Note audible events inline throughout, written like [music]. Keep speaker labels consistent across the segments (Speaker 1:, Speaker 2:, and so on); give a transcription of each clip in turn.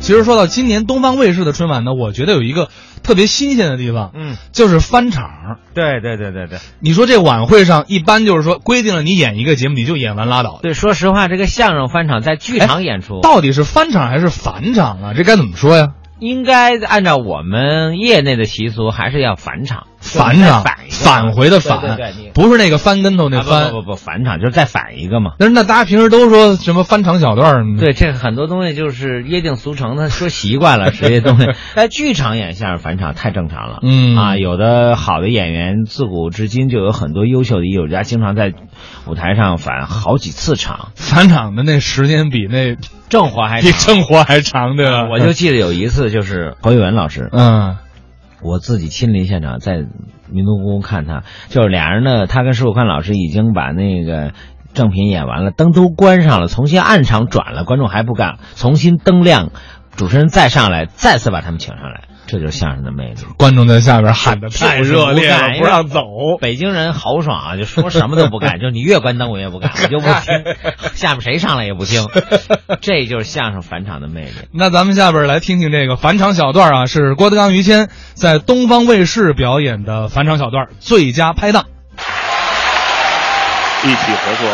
Speaker 1: 其实说到今年东方卫视的春晚呢，我觉得有一个特别新鲜的地方，
Speaker 2: 嗯，
Speaker 1: 就是翻场。
Speaker 2: 对对对对对
Speaker 1: 你说这晚会上一般就是说规定了你演一个节目，你就演完拉倒。
Speaker 2: 对，说实话，这个相声翻场在剧场演出，
Speaker 1: 到底是翻场还是返场啊？这该怎么说呀？
Speaker 2: 应该按照我们业内的习俗，还是要返场，
Speaker 1: 返
Speaker 2: 就是再
Speaker 1: 场
Speaker 2: 返一，个
Speaker 1: 返回的
Speaker 2: 对
Speaker 1: 返
Speaker 2: 对对，你，
Speaker 1: 不是那个翻跟头那
Speaker 2: 啊
Speaker 1: 翻
Speaker 2: 不。不不不返场就是再返一个嘛。
Speaker 1: 但是那大家平时都说什么翻场小段儿什么的，
Speaker 2: 对，这很多东西就是约定俗成，他说习惯 [laughs] 了，这些东西在剧场演相声返场太正常了。
Speaker 1: 嗯
Speaker 2: 啊，有的好的演员自古至今就有很多优秀的艺术家，经常在舞台上返好几次场，
Speaker 1: 返场的那时间比那
Speaker 2: 正活还啊
Speaker 1: 比正活还长，对吧？
Speaker 2: [laughs] 我就记得有一次，就是侯玉文老师，
Speaker 1: 嗯
Speaker 2: 我自己亲临现场，在民族宫看他，就是俩人呢，他跟石富宽老师已经把那个正品演完了，灯都关上了，重新暗场转了，观众还不干，重新灯亮，主持人再上来，再次把他们请上来，这就是相声的魅力。
Speaker 1: 观众在下边喊的
Speaker 2: 是不是
Speaker 1: 太热烈
Speaker 2: 不干
Speaker 1: 了，不让 [laughs] 走。
Speaker 2: 北京人豪爽啊，就说什么都不干，就你越关灯我越不干，我就不听，下面谁上来也不听，这就是相声返场的魅力。
Speaker 1: 那咱们下边来听听这个返场小段啊，是郭德纲、于谦在东方卫视表演的返场小段《最佳拍档》。
Speaker 3: 一起合作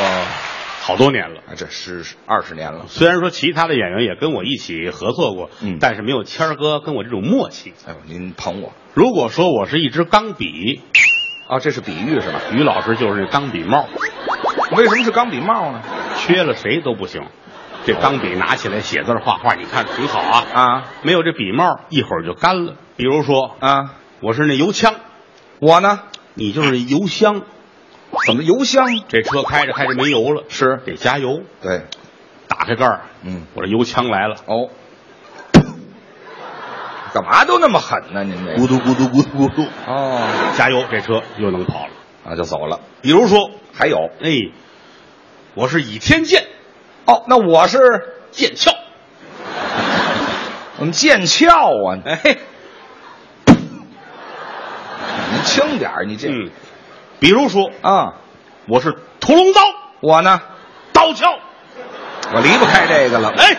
Speaker 3: 好多年了。
Speaker 4: 啊，这是二十年了。
Speaker 3: 虽然说其他的演员也跟我一起合作过，
Speaker 4: 嗯
Speaker 3: 但是没有谦儿哥跟我这种默契。
Speaker 4: 哎呦，您捧我
Speaker 3: 如果说我是一支钢笔，
Speaker 4: 啊，这是比喻是吧？
Speaker 3: 于老师就是那钢笔帽，
Speaker 4: 为什么是钢笔帽呢？
Speaker 3: 缺了谁都不行。这钢笔拿起来写字儿画画，你看挺好啊
Speaker 4: 啊！
Speaker 3: 没有这笔帽，一会儿就干了。比如说，
Speaker 4: 啊，
Speaker 3: 我是那油枪，
Speaker 4: 我呢？
Speaker 3: 你就是油箱。
Speaker 4: 怎么油箱？
Speaker 3: 这车开着开着没油了，
Speaker 4: 是
Speaker 3: 得加油。
Speaker 4: 对，
Speaker 3: 打开盖儿，
Speaker 4: 嗯
Speaker 3: 我这油枪来了，
Speaker 4: 哦，干嘛都那么狠呢？您这
Speaker 3: 咕嘟咕嘟咕嘟咕嘟，
Speaker 4: 哦，
Speaker 3: 加油，这车又能跑了。
Speaker 4: 啊，就走了。
Speaker 3: 比如说，
Speaker 4: 还有
Speaker 3: 哎，我是倚天剑，
Speaker 4: 哦，那我是
Speaker 3: 剑
Speaker 4: [laughs]
Speaker 3: 鞘。
Speaker 4: 怎么剑鞘啊？
Speaker 3: 哎，
Speaker 4: 你轻点儿，你这、
Speaker 3: 嗯，比如说，
Speaker 4: 啊，
Speaker 3: 我是屠龙刀，
Speaker 4: 我呢？
Speaker 3: 刀鞘。
Speaker 4: 啊我离不开这个了。
Speaker 3: 哎，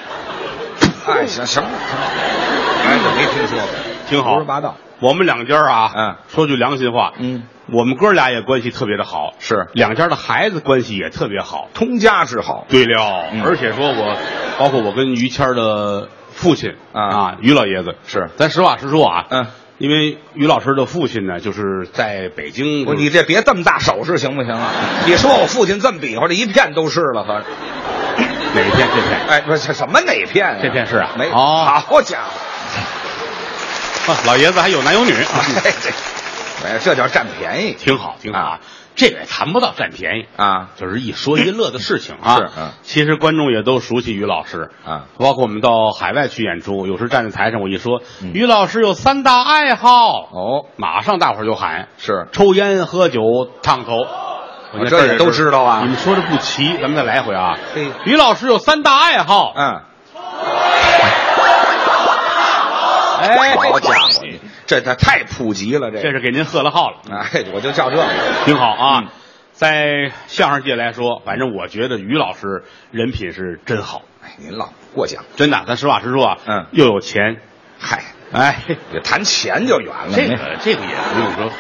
Speaker 4: 哎，行行了，哎，我没听说过，
Speaker 3: 嗯挺好
Speaker 4: 胡说八道。
Speaker 3: 我们两家啊，
Speaker 4: 嗯，
Speaker 3: 说句良心话，
Speaker 4: 嗯，
Speaker 3: 我们哥俩也关系特别的好，
Speaker 4: 是
Speaker 3: 两家的孩子关系也特别好。
Speaker 4: 通家之好
Speaker 3: 对了，
Speaker 4: 嗯
Speaker 3: 而且说我，包括我跟于谦儿的父亲
Speaker 4: 啊
Speaker 3: 于老爷子
Speaker 4: 是
Speaker 3: 咱实话实说啊，
Speaker 4: 嗯，
Speaker 3: 因为于老师的父亲呢，就是在北京，
Speaker 4: 不，你这别这么大手势行不行啊？你说我父亲这么比划，这一片都是了，反正
Speaker 3: 哪一天这天
Speaker 4: [laughs] 哎，不是什么哪片啊？
Speaker 3: 这片是啊
Speaker 4: 没
Speaker 3: 哦
Speaker 4: 好家伙，
Speaker 3: 啊老爷子还有男有
Speaker 4: [laughs]
Speaker 3: 女， [laughs]
Speaker 4: 哎这，哎这叫占便宜
Speaker 3: 挺好，挺好啊。这个也谈不到占便宜，
Speaker 4: 啊！
Speaker 3: 就是一说一乐的事情啊。
Speaker 4: 是嗯
Speaker 3: 其实观众也都熟悉于老师
Speaker 4: 啊，
Speaker 3: 包括我们到海外去演出，有时站在台上，我一说
Speaker 4: 嗯
Speaker 3: 于老师有三大爱好，
Speaker 4: 哦，
Speaker 3: 马上大伙儿就喊
Speaker 4: 是
Speaker 3: 抽烟、喝酒、烫头。我
Speaker 4: 这也都知道啊
Speaker 3: 你们说的不齐，咱们再来回啊
Speaker 4: 嘿。
Speaker 3: 于老师有三大爱好，
Speaker 4: 嗯。哎，好家伙，这这太普及了，这
Speaker 3: 这是给您贺了号了，
Speaker 4: 哎，我就叫这个
Speaker 3: 挺好啊。
Speaker 4: 嗯
Speaker 3: 在相声界来说，反正我觉得于老师人品是真好。
Speaker 4: 哎，您老过奖，
Speaker 3: 真的，咱实话实说啊，
Speaker 4: 嗯
Speaker 3: 又有钱，
Speaker 4: 嗨，
Speaker 3: 哎，
Speaker 4: 这谈钱就远了，
Speaker 3: 这
Speaker 4: 没
Speaker 3: 个这个也不用说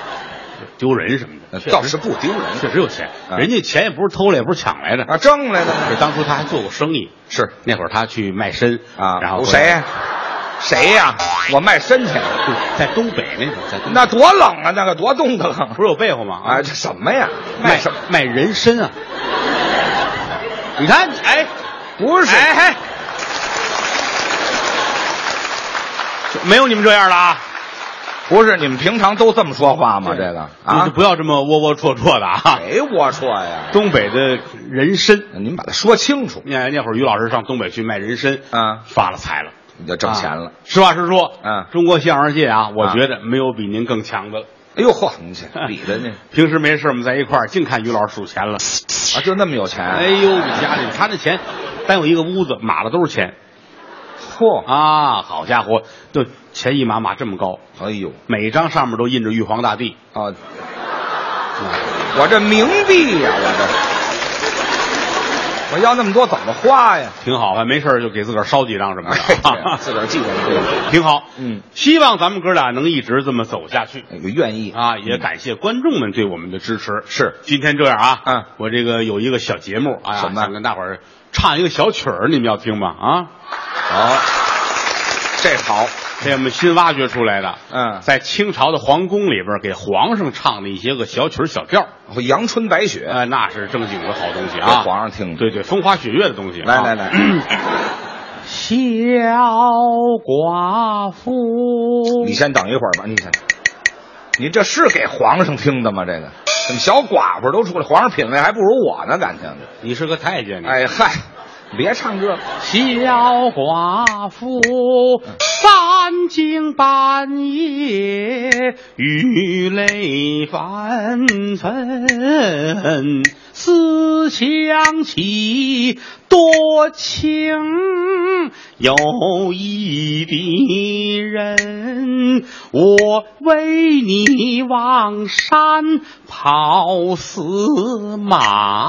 Speaker 3: 丢人什么的，确
Speaker 4: 呃倒
Speaker 3: 实
Speaker 4: 是不丢人，
Speaker 3: 确实有钱，
Speaker 4: 嗯
Speaker 3: 人家钱也不是偷来，也不是抢来的，
Speaker 4: 啊，挣来的呢
Speaker 3: 这当初他还做过生意，
Speaker 4: 是
Speaker 3: 那会儿他去卖身
Speaker 4: 啊，
Speaker 3: 然后
Speaker 4: 谁呀？谁呀？我卖身去，
Speaker 3: 对在东北那会儿，在东北
Speaker 4: 那多冷啊，那个多冻得冷
Speaker 3: 不是有被子吗？
Speaker 4: 啊！这什么呀？卖
Speaker 3: 卖
Speaker 4: 什么？
Speaker 3: 卖人参啊！你看，你哎，
Speaker 4: 不是，
Speaker 3: 哎哎，没有你们这样的啊！
Speaker 4: 不是，你们平常都这么说话吗？这个
Speaker 3: 你
Speaker 4: 啊
Speaker 3: 就，不要这么窝窝戳戳的啊！
Speaker 4: 谁龌龊呀？
Speaker 3: [laughs] 东北的人参，
Speaker 4: 您把它说清楚，
Speaker 3: 那那会儿于老师上东北去卖人参，
Speaker 4: 啊
Speaker 3: 发了财了，
Speaker 4: 你就挣钱了
Speaker 3: 啊。实话实说，
Speaker 4: 嗯
Speaker 3: 中国相声界啊，我
Speaker 4: 啊
Speaker 3: 觉得没有比您更强的了。
Speaker 4: 哎呦嚯，你这 [laughs] 比的呢
Speaker 3: [laughs] 平时没事我们在一块儿，净看于老师数钱了。
Speaker 4: 啊，就那么有钱？
Speaker 3: 哎，呦，你家里他那钱，单有一个屋子码的都是钱
Speaker 4: 嚯，
Speaker 3: 啊！好家伙，就钱一码码这么高，
Speaker 4: 哎呦
Speaker 3: 每一张上面都印着玉皇大帝。嗯
Speaker 4: 啊！我这冥币呀，我我要那么多怎么花呀？
Speaker 5: 挺好，还没事儿就给自个儿烧几张什么
Speaker 4: 哎 [laughs]
Speaker 5: 的，
Speaker 4: 对自个儿记着对
Speaker 5: 挺好。
Speaker 4: 嗯，
Speaker 5: 希望咱们哥俩能一直这么走下去
Speaker 4: 那个愿意
Speaker 5: 啊！也感谢观众们对我们的支持。
Speaker 4: 嗯是
Speaker 5: 今天这样啊，
Speaker 4: 嗯
Speaker 5: 我这个有一个小节目啊，
Speaker 4: 什么
Speaker 5: 想跟大伙儿唱一个小曲儿，你们要听吗？
Speaker 4: [laughs]
Speaker 5: 啊，
Speaker 4: 好，这好，
Speaker 5: 这我们新挖掘出来的，
Speaker 4: 嗯
Speaker 5: 在清朝的皇宫里边儿给皇上唱的一些个小曲儿小调儿，
Speaker 4: 我阳春白雪
Speaker 5: 哎，那是正经的好东西
Speaker 4: 给
Speaker 5: 啊！
Speaker 4: 皇上听。
Speaker 5: 对对，风花雪月的东西啊。
Speaker 4: 来
Speaker 5: [coughs]
Speaker 4: 来来，
Speaker 3: 小寡妇
Speaker 4: 你先等一会儿吧，你先，你这是给皇上听的吗？这个怎么小寡妇都出来？皇上品味还不如我呢，感情。
Speaker 5: 你是个太监，你
Speaker 4: 哎嗨，别唱这个，
Speaker 3: 小寡妇三更半夜
Speaker 5: 雨泪
Speaker 3: 翻坟，思想起多情有意的人，我为你往山跑死马，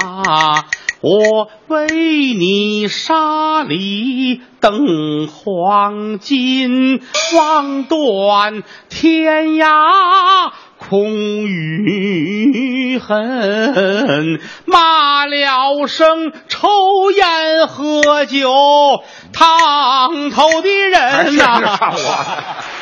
Speaker 3: 我为你沙里等黄金，望断天涯。空余恨，骂了声抽烟喝酒，烫头的
Speaker 4: 还
Speaker 3: 人
Speaker 4: 是
Speaker 3: 呐、
Speaker 4: 唱我。